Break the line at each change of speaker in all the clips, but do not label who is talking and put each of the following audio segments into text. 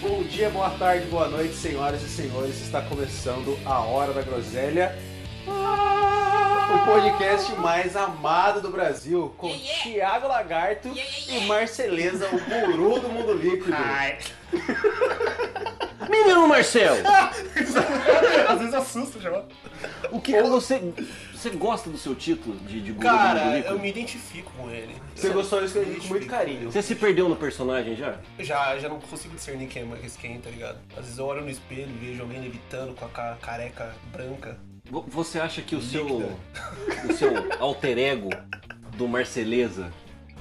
Bom dia, boa tarde, boa noite, senhoras e senhores. Está começando a Hora da Groselha. O podcast mais amado do Brasil, com
Yeah, yeah.
Thiago Lagarto
Yeah, yeah,
e Marceleza, o guru do mundo líquido.
Menino Marcelo,
Às vezes assusta, já.
o que você, você gosta do seu título de, de guru do mundo
Cara,
líquido?
eu me identifico com ele.
Você gostou disso que eu digo com muito carinho.
Você se perdeu no personagem já?
Já, já não consigo discernir quem é mais quem, tá ligado? Às vezes eu olho no espelho e vejo alguém levitando com a ca- careca branca.
Vo- Você acha que o seu, o seu alter ego do Marceleza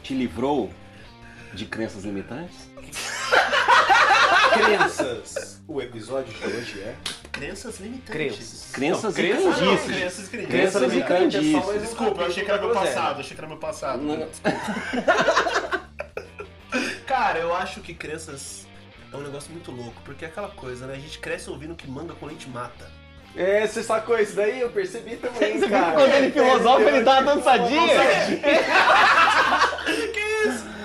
te livrou de crenças limitantes?
Crenças. O episódio de hoje é
Crenças limitantes.
Crenças.
Crenças
Não,
e
crenças não,
crendices.
Crenças
Crenças
limitantes.
Crenças e
limitantes é só mais um
crendices.
Desculpa, eu achei que era meu
Groselha.
passado, achei que era meu passado.
Não.
Cara, eu acho que crenças é um negócio muito louco, porque é aquela coisa, né? A gente cresce ouvindo que manga com leite mata.
É, você sacou isso daí? Eu percebi também, cara.
dá uma dançadinha.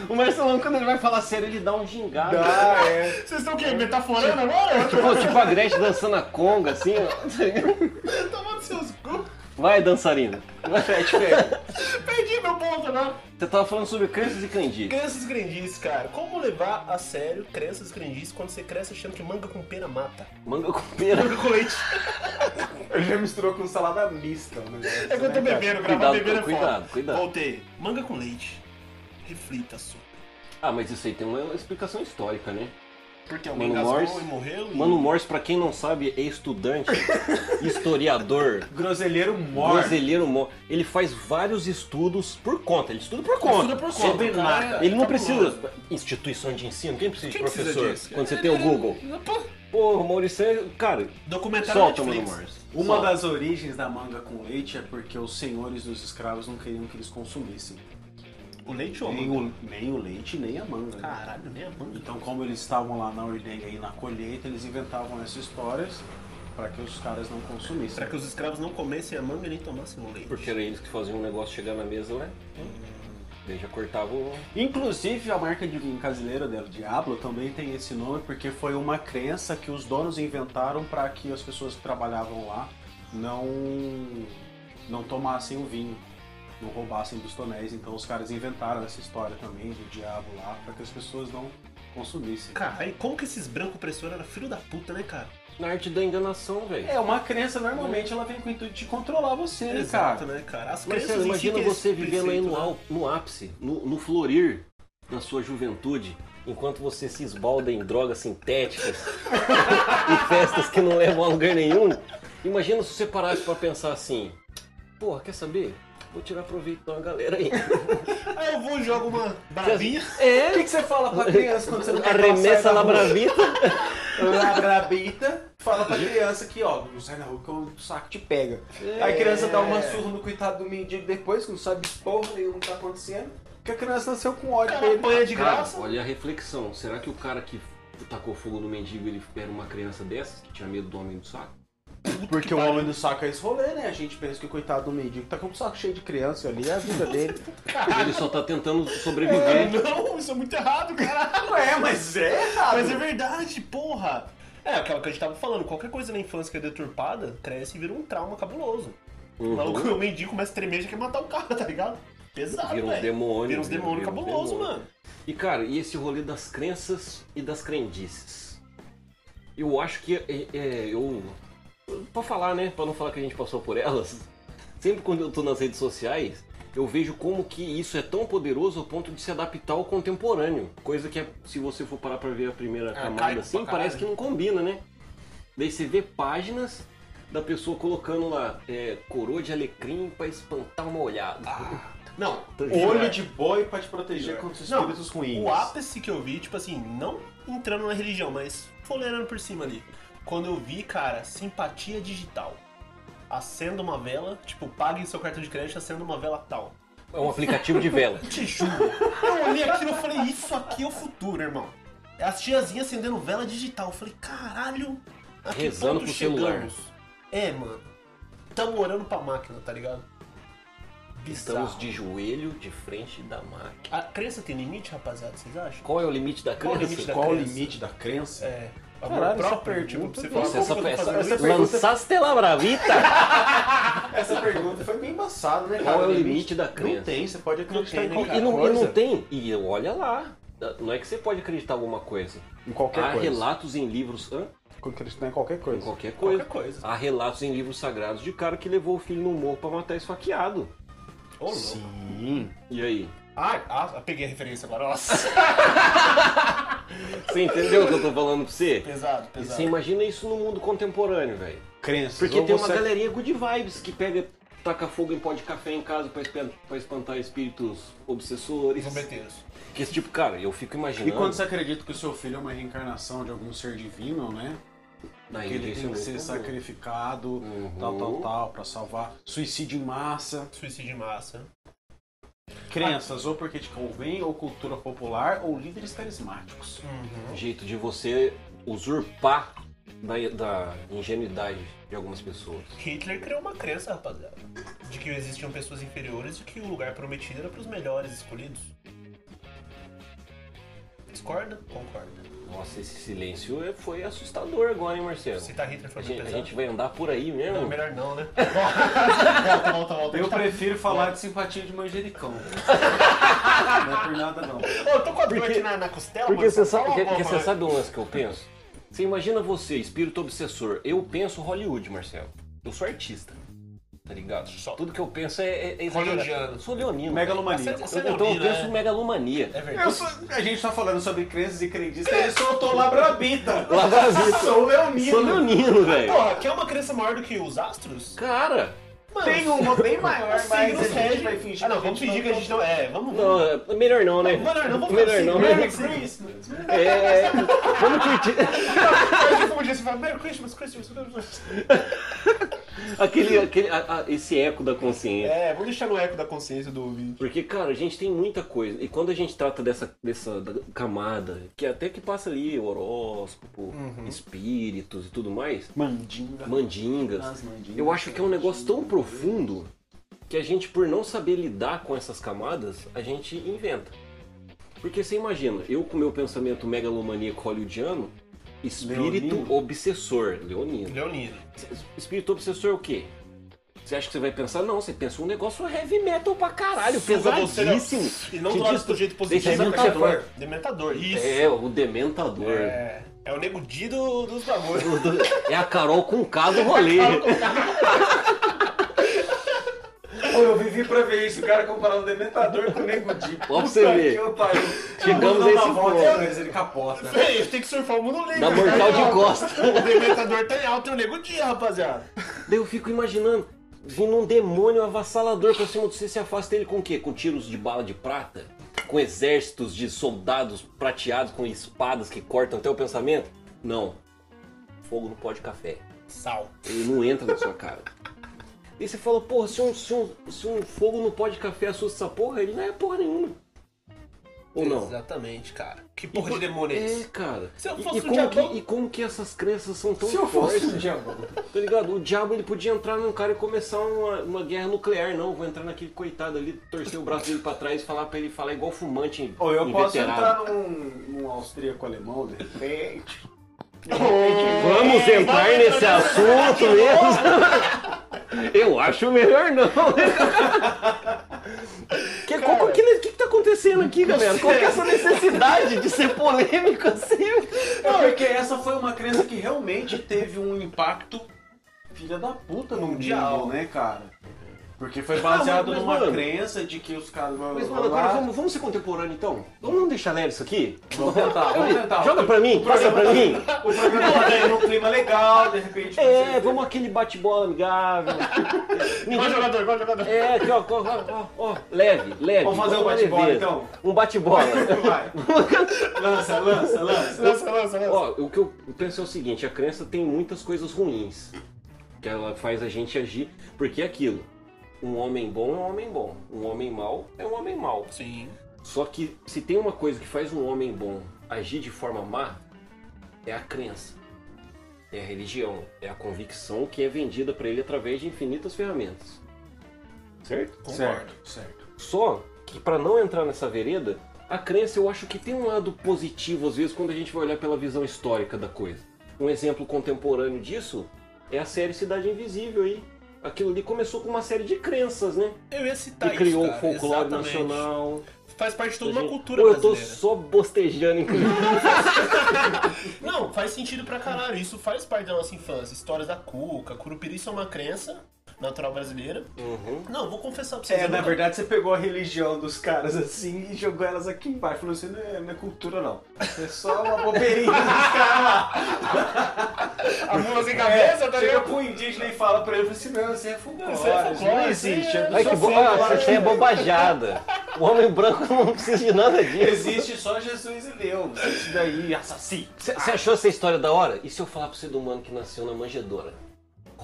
O Marcelão, quando ele vai falar sério, ele dá um gingado.
Dá, é.
Vocês estão o quê? Metaforando agora?
Tipo, tipo a Gretchen dançando a conga, assim, ó.
Tomando seus cu.
Vai, dançarina.
Fete, fete.
Perdi meu ponto, né?
Você tava falando sobre crenças e crendices.
Crenças grandices, cara. Como levar a sério crenças grandices quando você cresce achando que manga com pena mata?
Manga com pera.
Manga com leite.
Eu já misturou com salada mista o negócio.
É que eu tô
né, cara?
bebendo, gravar
Cuidado,
bebendo é foda.
cuidado, cuidado.
Voltei. Manga com leite. Reflita sobre.
Ah, mas isso aí tem uma explicação histórica, né?
Porque
Mano
alguém gastou
Morse.
e morreu e...
Mano Morse, pra quem não sabe, é estudante, historiador,
Groselheiro mor.
brasileiro. mo- Ele faz vários estudos por conta. Ele estuda por conta.
Estuda por conta.
Sobre
Cara,
nada. Ele não
tá
precisa. Instituição de ensino. Quem precisa
Quem
de
precisa
professor?
disso, É. cara?
quando você tem o Google. Porra, Maurício, é- cara,
Documentário
solta o Mano
Tá Netflix.
Morse.
Uma
Solta.
das origens da manga com leite é porque os senhores dos escravos não queriam que eles consumissem
O leite ou a
nem
manga?
o, nem o leite nem a
um-
manga. né?
Caralho, nem a manga.
Então, como eles estavam lá na ordenha e na colheita, eles inventavam essas histórias para que os caras não consumissem.
Será que os escravos não comessem a manga e nem tomassem o leite?
Porque era eles que faziam o negócio chegar na mesa, né? Daí já cortava o.
Inclusive, a marca de vinho brasileira dela, Diablo, também tem esse nome porque foi uma crença que os donos inventaram para que as pessoas que trabalhavam lá não não tomassem o vinho, não roubassem dos tonéis. Então, os caras inventaram essa história também do diabo lá para que as pessoas não consumissem.
Caralho, como que esses brancos opressores eram filho da puta, né, cara?
Na arte da enganação, velho.
É, uma crença normalmente ela vem com o intuito de controlar você, né,
Exato,
cara.
né, cara? As
Mas
crenças
Marcelo,
em si
imagina
que é esse
você vivendo aí no,
preceito, né?
au- no ápice, no, no florir da sua juventude, enquanto você se esbalda em drogas sintéticas e festas que não levam a lugar nenhum. Imagina se você parasse pra pensar assim: porra, quer saber? Vou tirar proveito de uma galera aí.
Ah, eu vou e jogo uma bravinha.
O que, que você fala pra criança quando você não quer que ela saia
Arremessa
da
na
rua?
bravita.
Labrabita fala pra criança que, ó, não sai na rua que é o saco te pega.
É.
Aí a criança dá uma surra no coitado do mendigo depois, que não sabe porra nenhuma o que tá acontecendo. Porque a criança nasceu com ódio
Cara,
dele.
apanha de graça.
olha a reflexão: será que o cara que tacou fogo no mendigo ele era uma criança dessas que tinha medo do homem do saco?
Porque o homem do saco é esse rolê, né? A gente pensa que o coitado do mendigo tá com o saco cheio de criança ali, é a vida dele.
Ele só tá tentando sobreviver.
Ah, Não, isso é muito errado, caralho.
Ué, mas é errado.
Mas é verdade, porra. É, aquela que a gente tava falando, qualquer coisa na infância que é deturpada, cresce e vira um trauma cabuloso.
Uhum.
O maluco, o mendigo, começa a tremer, já quer matar o cara, tá ligado? Pesado,
Vira uns
velho.
demônios,
Vira uns
vira-
demônios
vira uns
cabulosos,
demônios.
mano.
E cara, e esse rolê das crenças e das crendices? Eu acho que é, é, eu pra falar, né, Pra não falar que a gente passou por elas. Sempre quando eu tô nas redes sociais, eu vejo como que isso é tão poderoso ao ponto de se adaptar ao contemporâneo. Coisa que é, se você for parar pra ver a primeira
Ah, cai
camada
pra
assim,
caralho.
parece que não combina, né? Daí você vê páginas da pessoa colocando lá é, coroa de alecrim pra espantar uma olhada.
Não,
Olho de boi pra te proteger contra os
Não,
espíritos ruins.
O ápice que eu vi, tipo assim, não entrando na religião, mas folerando por cima ali. Quando eu vi, cara, simpatia digital. Acenda uma vela, tipo, pague seu cartão de crédito, acenda uma vela tal.
É um aplicativo de vela.
Eu te juro. Eu olhei aquilo e falei, isso aqui é o futuro, irmão. É As tiazinhas acendendo vela digital. Eu falei, caralho, a que
Rezando
ponto
pro celular.
chegamos? É, mano. Tamo orando pra máquina, tá ligado?
Estamos
Bizarro.
de joelho de frente da máquina.
A crença tem limite, rapaziada, vocês acham?
Qual é o limite da
Qual o
crença?
limite da
Qual o
crença?
limite da crença?
É. Amor
Caralho, essa
próprio, tipo,
pergunta-
você fala,
Nossa,
como que
essa,
eu tô
essa,
fazendo
essa
isso?
pergunta-
Lançaste la bravita?
Essa pergunta foi bem embaçada, né,
Qual é o limite da
Não
crença?
tem, você pode acreditar
Não tem,
em
né,
qualquer
E não, e
coisa.
não tem. E olha lá. Não é que você pode acreditar em alguma coisa.
Em qualquer
Há
coisa.
relatos em livros. hã?
Acreditar em qualquer
Ah, Em
coisa.
qualquer coisa.
Qualquer coisa.
Há relatos em livros sagrados de cara que levou o filho no morro pra matar esfaqueado.
Ô, louco.
Sim.
E aí?
Ai, ah, peguei a referência agora, nossa.
Você entendeu o que eu tô falando pra você?
pesado,
E
pesado.
você imagina isso no mundo contemporâneo, velho.
Crenças.
Porque
Ou
tem uma
você-
galerinha good vibes que pega, taca fogo em pó de café em casa pra, espan- pra espantar espíritos obsessores.
Prometeus.
Que esse tipo, cara, eu fico imaginando.
E quando você acredita né? que o seu filho é uma reencarnação de algum ser divino, né?
Daí
que ele
vem
tem que
esse
ser
louco.
sacrificado,
Uhum.
tal, tal, tal, pra salvar. Suicídio em massa.
Suicídio em massa.
Crenças, ou porque te convém, ou cultura popular, ou líderes carismáticos.
Uhum.
Jeito de você usurpar da, da ingenuidade de algumas pessoas.
Hitler criou uma crença, rapaziada, de que existiam pessoas inferiores e que o lugar prometido era pros melhores escolhidos. Discorda? Concorda.
Nossa, esse silêncio é- foi assustador agora, hein, Marcelo?
Citar Hitler foi
A
muito
gente, a
pesado.
gente vai andar por aí mesmo?
Não, melhor não, né? volta, volta, volta.
Eu
Tá-
prefiro falar de simpatia de manjericão. não é por nada, não.
Ô, eu tô com a dor
Porque-
aqui na, na costela,
Porque
mano.
você
Fala
sabe,
uma
que,
boa,
que você
mano.
sabe o lance que eu penso? Você imagina você, espírito obsessor. Eu penso Hollywood, Marcelo. Eu sou artista, tá ligado?
Só.
Tudo que eu penso é, é, é exagerado.
Hollywoodiano.
Sou leonino.
Megalomania.
Você- você
Eu-
não
então eu
vira,
penso
né?
megalomania.
É verdade.
Eu sou- a gente tá falando sobre crenças e crendices, é ele soltou Labrabita.
É.
Labrabita.
Sou leonino.
Sou leonino, velho.
Porra, quer uma crença maior do que os astros?
Cara!
Mano,
Tem uma bem maior,
os
mas a
signos
gente
regem.
vai fingir
Ah, não,
que a
vamos
gente
fingir que a gente não... É, vamos...
Não,
vamos.
é- melhor não, né?
Melhor não, vamos
Melhor
fazer
não,
assim,
né?
Merry Christmas.
É, é, vamos curtir
Aí um dia você fala, Merry Christmas, Christmas, Christmas.
aquele, aquele, a- a- esse eco da consciência.
É, vamos deixar no eco da consciência do ouvinte.
Porque, cara, a gente tem muita coisa. E quando a gente trata dessa, dessa da- camada, que é até que passa ali horóscopo,
Uhum.
espíritos e tudo mais,
Mandinga.
mandingas,
As mandingas. né?
eu acho que é um negócio tão profundo que a gente, por não saber lidar com essas camadas, a gente inventa. Porque você imagina, eu com meu pensamento megalomaníaco hollywoodiano, espírito
Leonino.
obsessor, leonino.
Leonino.
Espírito obsessor é o quê? Você acha que você vai pensar? Não, você pensa um negócio heavy metal pra caralho,
Suga você, né?
pesadíssimo.
E não
Que
do, lado
diz-
do jeito
deixa
positivo.
eu
né,
ver o que
cara?
é.
Dementador, isso.
É, o Dementador. É,
É, é o nego Di do, dos bagulhos.
a Carol com K do rolê.
É
Pô, eu vivi pra ver isso, o cara comparando o Dementador com o Nego Di. Puta
você ver.
que eu pariu. Vamos
Chegamos
dar
a esse
uma volta,
ponto.
mas ele capota. né?
Véi, tem que surfar o mundo livre.
da
tá
Mortal de
ligado?
Costa.
O Dementador tá em alta e o nego Di, rapaziada.
Daí eu fico imaginando, vindo um demônio avassalador pra cima de você, se afasta ele com o quê? Com tiros de bala de prata? Com exércitos de soldados prateados com espadas que cortam até o pensamento? Não. Fogo no pó de café.
Sal.
Ele não entra na sua cara. E você fala, porra, se um, se um, se um fogo não pode café assusta essa porra, ele não é porra nenhuma. Ou não?
Exatamente, cara. Que
E
porra
co-
de demônio é
É,
esse?
cara.
Se eu
E-
fosse
e,
um
como
diabão-
que, e como que essas crenças são tão
Se eu fosse um
fortes?
diabo.
Tá ligado? O diabo ele podia entrar num cara e começar uma, uma guerra nuclear, não. Vou entrar naquele coitado ali, torcer o braço dele pra trás e falar pra ele falar igual fumante.
Ou eu posso
inveterado.
entrar num, num austríaco-alemão, de repente.
Vamos entrar nesse assunto mesmo? Eu acho melhor não. Que, qual- qual- que, que que tá acontecendo aqui, galera? Qual que é essa necessidade de ser polêmico assim?
É porque essa foi uma crença que realmente teve um impacto filha da puta no mundial,
Mundial.
né, cara? Porque foi baseado
mas,
numa
mano-
crença de que os caras.
Mas, mano, agora vamos, vamos ser contemporâneo então? Vamos deixar leve isso aqui?
Vamos tentar, vamos tentar.
Joga pra mim, passa pra mim.
O programa tá tendo um clima legal, de repente.
É, vamos aquele bate-bola amigável.
Igual jogador, igual jogador.
É, aqui, ó, ó, ó, ó, leve, leve.
Vamos fazer um
na
bate-bola,
leveza.
então?
Um bate-bola.
Vai. Lança, lança, lança.
Lança, lança, lança.
Ó, o que eu penso é o seguinte, a crença tem muitas coisas ruins. Que ela faz a gente agir. Porque é aquilo. Um homem bom é um homem bom. Um homem mau é um homem mau.
Sim.
Só que se tem uma coisa que faz um homem bom agir de forma má, é a crença. É a religião. É a convicção que é vendida pra ele através de infinitas ferramentas. certo?
Concordo.
Certo, certo.
Só que pra não entrar nessa vereda, a crença eu acho que tem um lado positivo às vezes quando a gente vai olhar pela visão histórica da coisa. Um exemplo contemporâneo disso é a série Cidade Invisível aí. Aquilo ali começou com uma série de crenças, né?
Eu ia citar Tá
e
isso,
criou
cara,
o folclore
exatamente.
nacional.
Faz parte de toda uma
Gente,
cultura
Pô, eu tô
brasileira.
só bostejando em
Não, faz sentido pra caralho. Isso faz parte da nossa infância. Histórias da cuca, curupiri são uma crença natural brasileira.
uhum. né,
Não, vou confessar pra vocês.
É,
eu
na
nunca-
verdade você pegou a religião dos caras assim e jogou elas aqui embaixo. Falou assim, não é, não é cultura não. É só uma bobeirinha
É,
dos caras lá.
A mula
É,
sem cabeça, tá
Chega
ligado?
pro indígena e fala pra ele, fala assim, não, você é folclore,
Isso é folclore,
isso não existe. é do
Ai,
seu
que bo...
folclore."
ah, você tem bobajada. O homem branco não precisa de nada disso.
Existe só Jesus e Deus. Isso daí, assassino.
Você achou essa história da hora? E se eu falar pro ser humano que nasceu na manjedoura?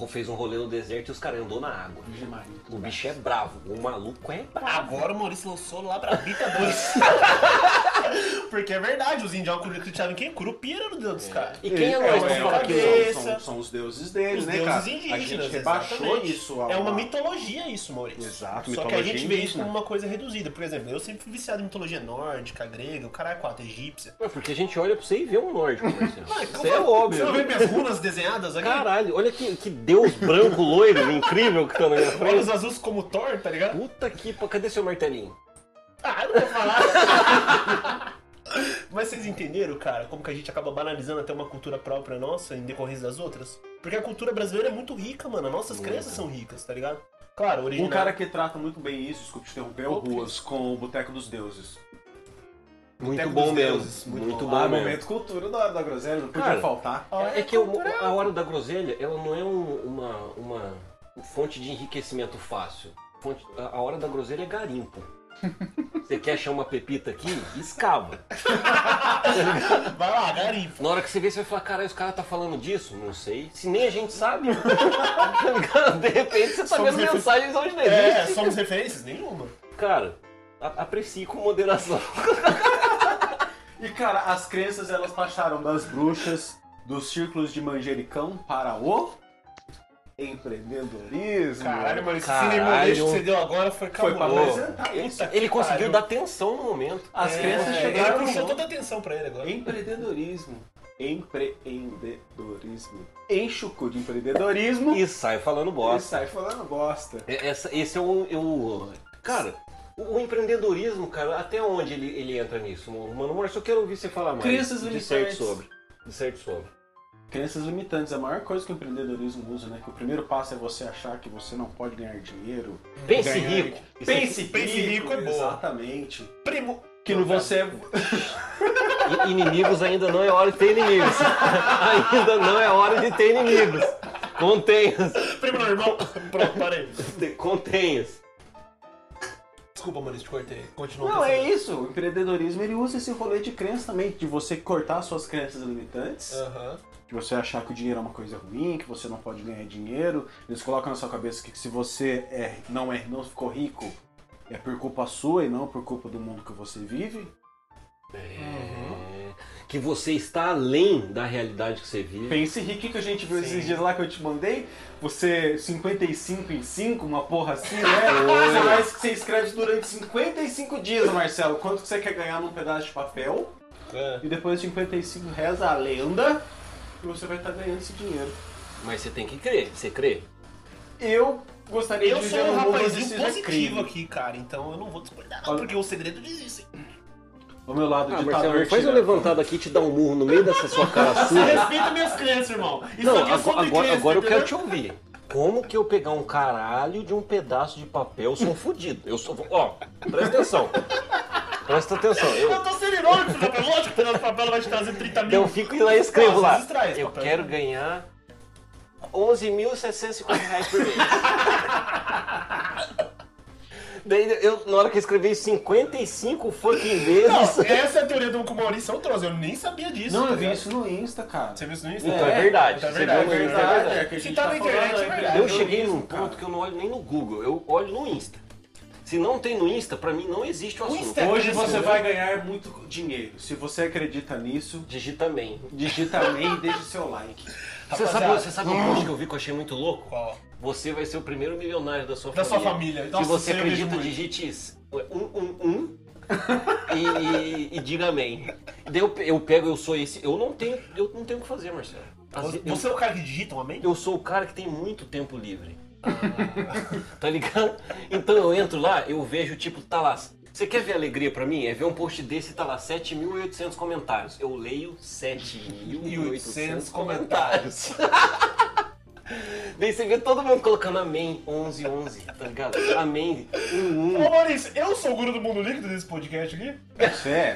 Fez um rolê no deserto e os caras andou na água. O bicho é bravo, o maluco é bravo.
Agora o Maurício lançou lá pra Bita 2. Porque é verdade, os índios acreditavam em quem? é Curupira, meu Deus dos caras.
E quem é,
É,
nós
ué,
pra
é,
falar
é,
que
é.
não?
são, são- são os deuses deles,
Os
né,
deuses
cara? a
indígenas,
gente rebaixou
exatamente.
isso. a-
É uma
a-
mitologia isso, Maurício.
Exato,
Só que a
mitologia
gente vê isso
indígena.
como uma coisa reduzida. Por exemplo, eu sempre fui viciado em mitologia nórdica, grega, o caralho, quatro, egípcia.
Não, Porque a gente olha pra você e vê um nórdico, Marcelo.
Ah,
Isso
como-
é
Você não
óbvio.
vê minhas runas desenhadas aqui?
Caralho, olha que, que deus branco loiro incrível que tá na minha frente.
Olhos azuis como Thor, tá ligado?
Puta que pa- cadê seu martelinho?
Ah, eu não vou falar. Mas vocês entenderam, cara, como que a gente acaba banalizando até uma cultura própria nossa em decorrência das outras? Porque a cultura brasileira é muito rica, mano. As nossas
Muito.
crenças são ricas, tá ligado? Claro, original.
Um cara que trata muito bem isso, desculpa te interromper, é o
né? Ok.
Ruas, com o Boteco dos Deuses.
Muito
Boteco
bom
dos
mesmo.
Deuses, muito
Muito,
bom.
bom
Ah,
mesmo.
momento cultura da hora da groselha, não podia
Cara,
faltar.
Ah,
É, é que o- a hora da groselha, ela não é um- uma, uma fonte de enriquecimento fácil. Fonte- a, a hora da groselha é garimpo. Você quer achar uma pepita aqui? Escava.
Vai lá, garimpo.
Na hora que você vê, você vai falar, caralho, os caras tá falando disso? Não sei. Se nem a gente sabe. Tá ligado? de repente você tá
Somos
vendo
refer-
mensagens onde não
É,
existe.
somos referências? Nenhuma.
Cara, a- aprecie com moderação.
E cara, as crenças elas passaram das bruxas, dos círculos de manjericão para o empreendedorismo.
Caralho, mano, esse
Caralho.
cinemolejo que você deu agora foi
Foi pra
cabuloso.
apresentar isso.
Ele conseguiu
pariu.
dar atenção no momento.
As
É,
crenças
é,
chegaram
Ele puxou
no
toda a atenção pra ele agora.
empreendedorismo. Empreendedorismo. Enche o cu de empreendedorismo
E sai falando
e
bosta.
sai falando bosta.
É- Essa, esse é o, é o- Cara, o, o empreendedorismo, cara, até onde ele, ele entra nisso? Mano, Morris, eu quero ouvir você falar mais.
Crenças
de
limitantes.
certo sobre. De certo sobre.
Crenças limitantes, a maior coisa que o empreendedorismo usa, né? Que o primeiro passo é você achar que você não pode ganhar dinheiro.
Pense
Ganhar-
rico.
Pense,
Pense rico é boa.
Exatamente.
Primo.
Que não você é
I- inimigos ainda não é hora de ter inimigos. ainda não é hora de ter inimigos. Contenha-se.
Primo normal. Pronto, parei.
Contenha-se.
Desculpa, mano, te cortei. Continua
Não,
pensando.
é isso. O empreendedorismo ele usa esse rolê de crença também, de você cortar suas crenças limitantes,
Aham.
de você achar que o dinheiro é uma coisa ruim, que você não pode ganhar dinheiro. Eles colocam na sua cabeça que se você é, não é, não ficou rico, é por culpa sua e não por culpa do mundo que você vive.
É, Que você está além da realidade que você vive.
Pense rico que a gente viu
Sim.
esses dias lá que eu te mandei. Você 55 em 5, uma porra assim, né? Você, vai- você escreve durante 55 dias, Marcelo, quanto que você quer ganhar num pedaço de papel?
É.
E depois de 55 reza a lenda que você vai estar ganhando esse dinheiro.
Mas você tem que crer. Você crê?
Eu gostaria
Eu
de
sou
viver
um
num mundo onde
rapazinho
isso é
positivo
crime.
aqui, cara, então eu não vou discordar,
Olha-
porque o segredo diz isso. hein?
O meu lado
Ah,
ditador
Marcelo, faz um
tirando.
levantado aqui e te dá um murro no meio dessa sua cara
Você
suja.
respeita minhas crenças, irmão. Isso
Não,
aqui é sobre
agora, agora,
crença,
agora eu quero
entendeu?
te ouvir. Como que eu pegar um caralho de um pedaço de papel? Eu sou um fudido. Eu sou. Ó, presta atenção. Presta atenção. Eu,
Eu tô sendo irônico, seu papel. Lógico que o nosso papel vai te trazer 30 mil.
eu fico lá e escrevo
Nossa,
lá.
distrai esse
Eu
papel. né?
quero ganhar 11.750 reais por mês. Daí eu, na hora que eu escrevi 55 fucking
Não,
vezes.
essa é a teoria do que o Maurício trouxe. Eu nem sabia disso.
Não,
tá
eu vi
ligado?
isso no Insta, cara.
Você viu isso no Insta?
Então é verdade.
Então é
Você
verdade,
viu no
é
Insta,
verdade.
verdade.
que a
Se
gente
tá na internet,
falando,
é verdade.
Eu
Eu
cheguei num
cara.
ponto que eu não olho nem no Google, eu olho no Insta. Se não tem no Insta, pra mim não existe o assunto.
Insta é
Hoje
Essa
você
é
vai ganhar muito dinheiro. Se você acredita nisso,
Digita também.
digita amém e deixa o seu like.
Você
Rapaziada.
sabe, você sabe um post que eu vi que eu achei muito louco?
Qual?
Você vai ser o primeiro milionário da sua
Da
família.
sua família.
Se
Nossa,
você
eu vejo
acredita,
muito.
digite um, um, um e, e- e diga amém. Daí eu, pe- eu pego, eu sou esse. Eu não tenho, eu não tenho o que fazer, Marcelo. Às ve- eu,
Você é o cara que digita um amém?
eu sou o cara que tem muito tempo livre. tá ligado? Então eu entro lá, eu vejo, tipo, tá lá. Você quer ver alegria pra mim? É ver um post desse e tá lá 7.800 comentários. Eu leio 7.800 comentários. Daí você vê todo mundo colocando amém, 11, 11, tá ligado? Amém, 1, 1.
Ô Maurício, eu sou o guru do mundo líquido desse podcast aqui?
Você é.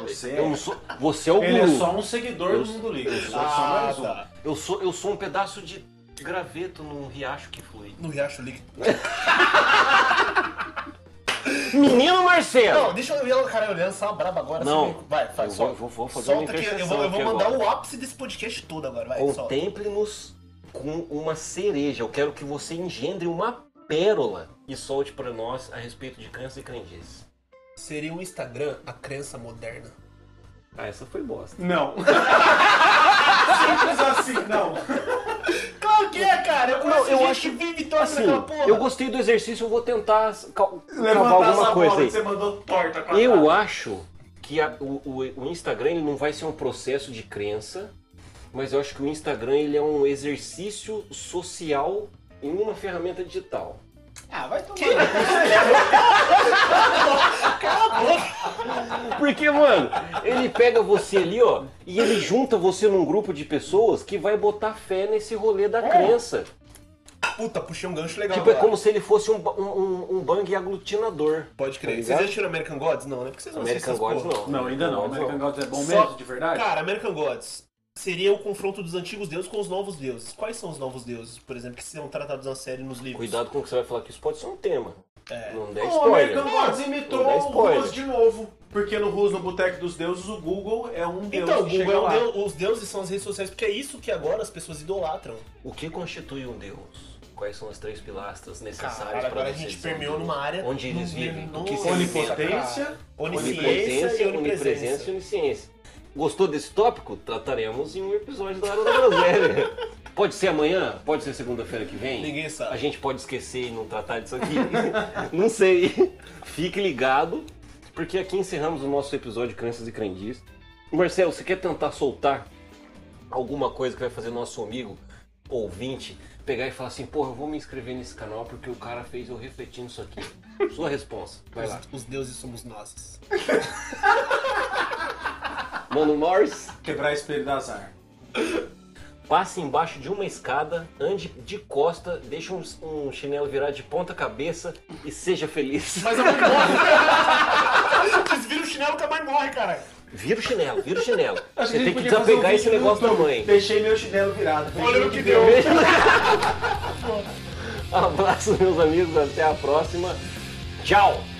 Você é.
Eu não sou. Você é o
Ele é
guru.
só um seguidor do Mundo Livre. Eu sou só
Ah,
mais um.
tá.
Eu, sou, eu sou um pedaço de graveto num riacho que flui.
No Riacho Líquido.
Menino Marcelo!
Não, deixa eu olhar o cara olhando, só uma braba agora.
Não.
assim, vai, faz,
Eu
solta.
vou- vou- vou fazer uma
solta que eu
intercessão
vou, eu vou
aqui
mandar um
agora.
o ápice desse podcast todo agora, vai, solta.
Contemple-nos com uma cereja. Eu quero que você engendre uma pérola e solte pra nós a respeito de câncer e crendice.
Seria um Instagram a crença moderna.
Ah, essa foi bosta.
Não. Simples assim, não.
Claro que é, cara! Eu conheço
Não, eu
gente
acho-
que vive torta
Assim,
naquela porra.
eu gostei do exercício, eu vou tentar cal- cavar
Levantar essa
alguma coisa
bola
aí.
que você mandou torta com a
Eu
cara.
acho que a- o, o- o Instagram ele não vai ser um processo de crença, mas eu acho que o Instagram ele é um exercício social em uma ferramenta digital.
Ah, vai tomar.
Porque, mano, ele pega você ali, ó, e ele junta você num grupo de pessoas que vai botar fé nesse rolê da crença.
Puta, puxei um gancho legal.
Tipo, é
agora.
como se ele fosse um, ba- um, um- um bang aglutinador.
Pode crer.
Tá ligado?
Vocês já assistiram American Gods? Não, né? Porque vocês não
American
assistem essas
Gods
porra.
não.
Não, ainda não. American Gods é bom
Só-
mesmo, de verdade?
Cara, American Gods seria o confronto dos antigos deuses com os novos deuses. Quais são os novos deuses, por exemplo, que são tratados na série e nos livros?
Cuidado com o que você vai falar, que isso pode ser um tema.
É.
Não dá
o
spoiler.
American Gods imitou
Não dá
o
spoiler.
Ruas de novo. Porque no Ruas, no Boteco dos Deuses, o Google é um deus
Então, o
que
Google
chega
é um
lá.
deu- os deuses são as redes sociais, porque é isso que agora as pessoas idolatram.
O que constitui um deus? Quais são as três pilastras necessárias
Cara,
para
agora a gente permeou numa área.
Onde eles
num-
vivem, o
num-
que se
Onipotência.
Cara, Onisciência e
Onipresença, onipresença e
é onipresença.
onisciência. Gostou desse tópico? Trataremos em um episódio da Hora da Groselha. pode ser amanhã, pode ser segunda-feira que vem.
Ninguém sabe.
A gente pode esquecer e não tratar disso aqui. não sei. Fique ligado, porque aqui encerramos o nosso episódio de Crenças e Crendices. Marcelo, você quer tentar soltar alguma coisa que vai fazer nosso amigo ouvinte pegar e falar assim, porra, eu vou me inscrever nesse canal porque o cara fez eu refletir nisso aqui. Sua resposta. Vai lá.
Os, os deuses somos nós.
Mano Morris,
Quebrar espelho da azar.
passe embaixo de uma escada, ande de costa, deixa um, um chinelo virar de ponta cabeça e seja feliz.
Mas a mãe morre! Desvira o chinelo que a mãe morre, cara!
Vira o chinelo, vira o chinelo.
Acho
Você
que a gente
tem que
podia fazer um
desapegar esse
vídeo no
negócio da
YouTube.
mãe.
Deixei meu chinelo virado.
Olha o que deu!
Abraço, meus amigos, até a próxima. Tchau!